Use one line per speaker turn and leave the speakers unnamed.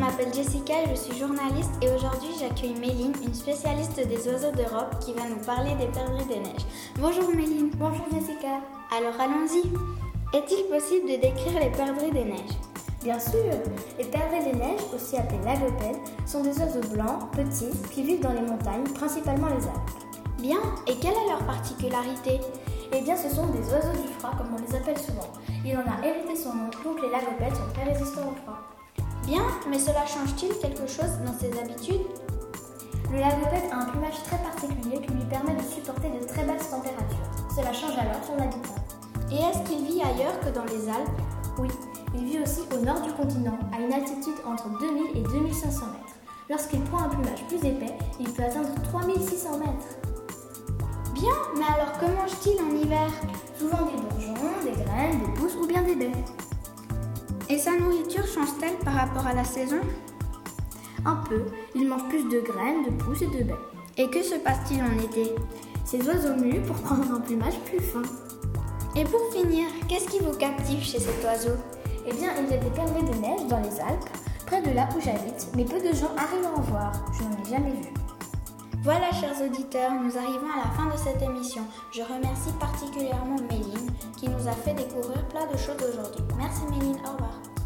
m'appelle Jessica, je suis journaliste et aujourd'hui j'accueille Méline, une spécialiste des oiseaux d'Europe qui va nous parler des perles des neiges. Bonjour Méline.
Bonjour Jessica.
Alors allons-y. Est-il possible de décrire les perdrix des neiges
Bien sûr, les perdrix des neiges, aussi appelés lagopelles, sont des oiseaux blancs, petits, qui vivent dans les montagnes, principalement les Alpes.
Bien, et quelle est leur particularité
Eh bien, ce sont des oiseaux du froid, comme on les appelle souvent. Il en a hérité son nom, donc les lagopelles sont très résistants au froid.
Bien, mais cela change-t-il quelque chose dans ses habitudes
Le lagopède a un plumage très particulier qui lui permet de supporter de très basses températures. Cela change alors son habitat.
Et est-ce qu'il vit ailleurs que dans les Alpes
Oui, il vit aussi au nord du continent, à une altitude entre 2000 et 2500 mètres. Lorsqu'il prend un plumage plus épais, il peut atteindre 3600 mètres.
Bien, mais alors que mange-t-il en hiver
Souvent des bourgeons, des graines, des pousses ou bien des baies.
Et sa nourriture change-t-elle par rapport à la saison
Un peu. Il mange plus de graines, de pousses et de baies.
Et que se passe-t-il en été
Ces oiseaux muent pour prendre un plumage plus fin.
Et pour finir, qu'est-ce qui vous captive chez cet oiseau
Eh bien, il y a des perles de neige dans les Alpes, près de là où j'habite, mais peu de gens arrivent à en voir. Je n'en ai jamais vu.
Voilà, chers auditeurs, nous arrivons à la fin de cette émission. Je remercie particulièrement Méline qui nous a fait découvrir plein de choses aujourd'hui. Merci Méline, au revoir.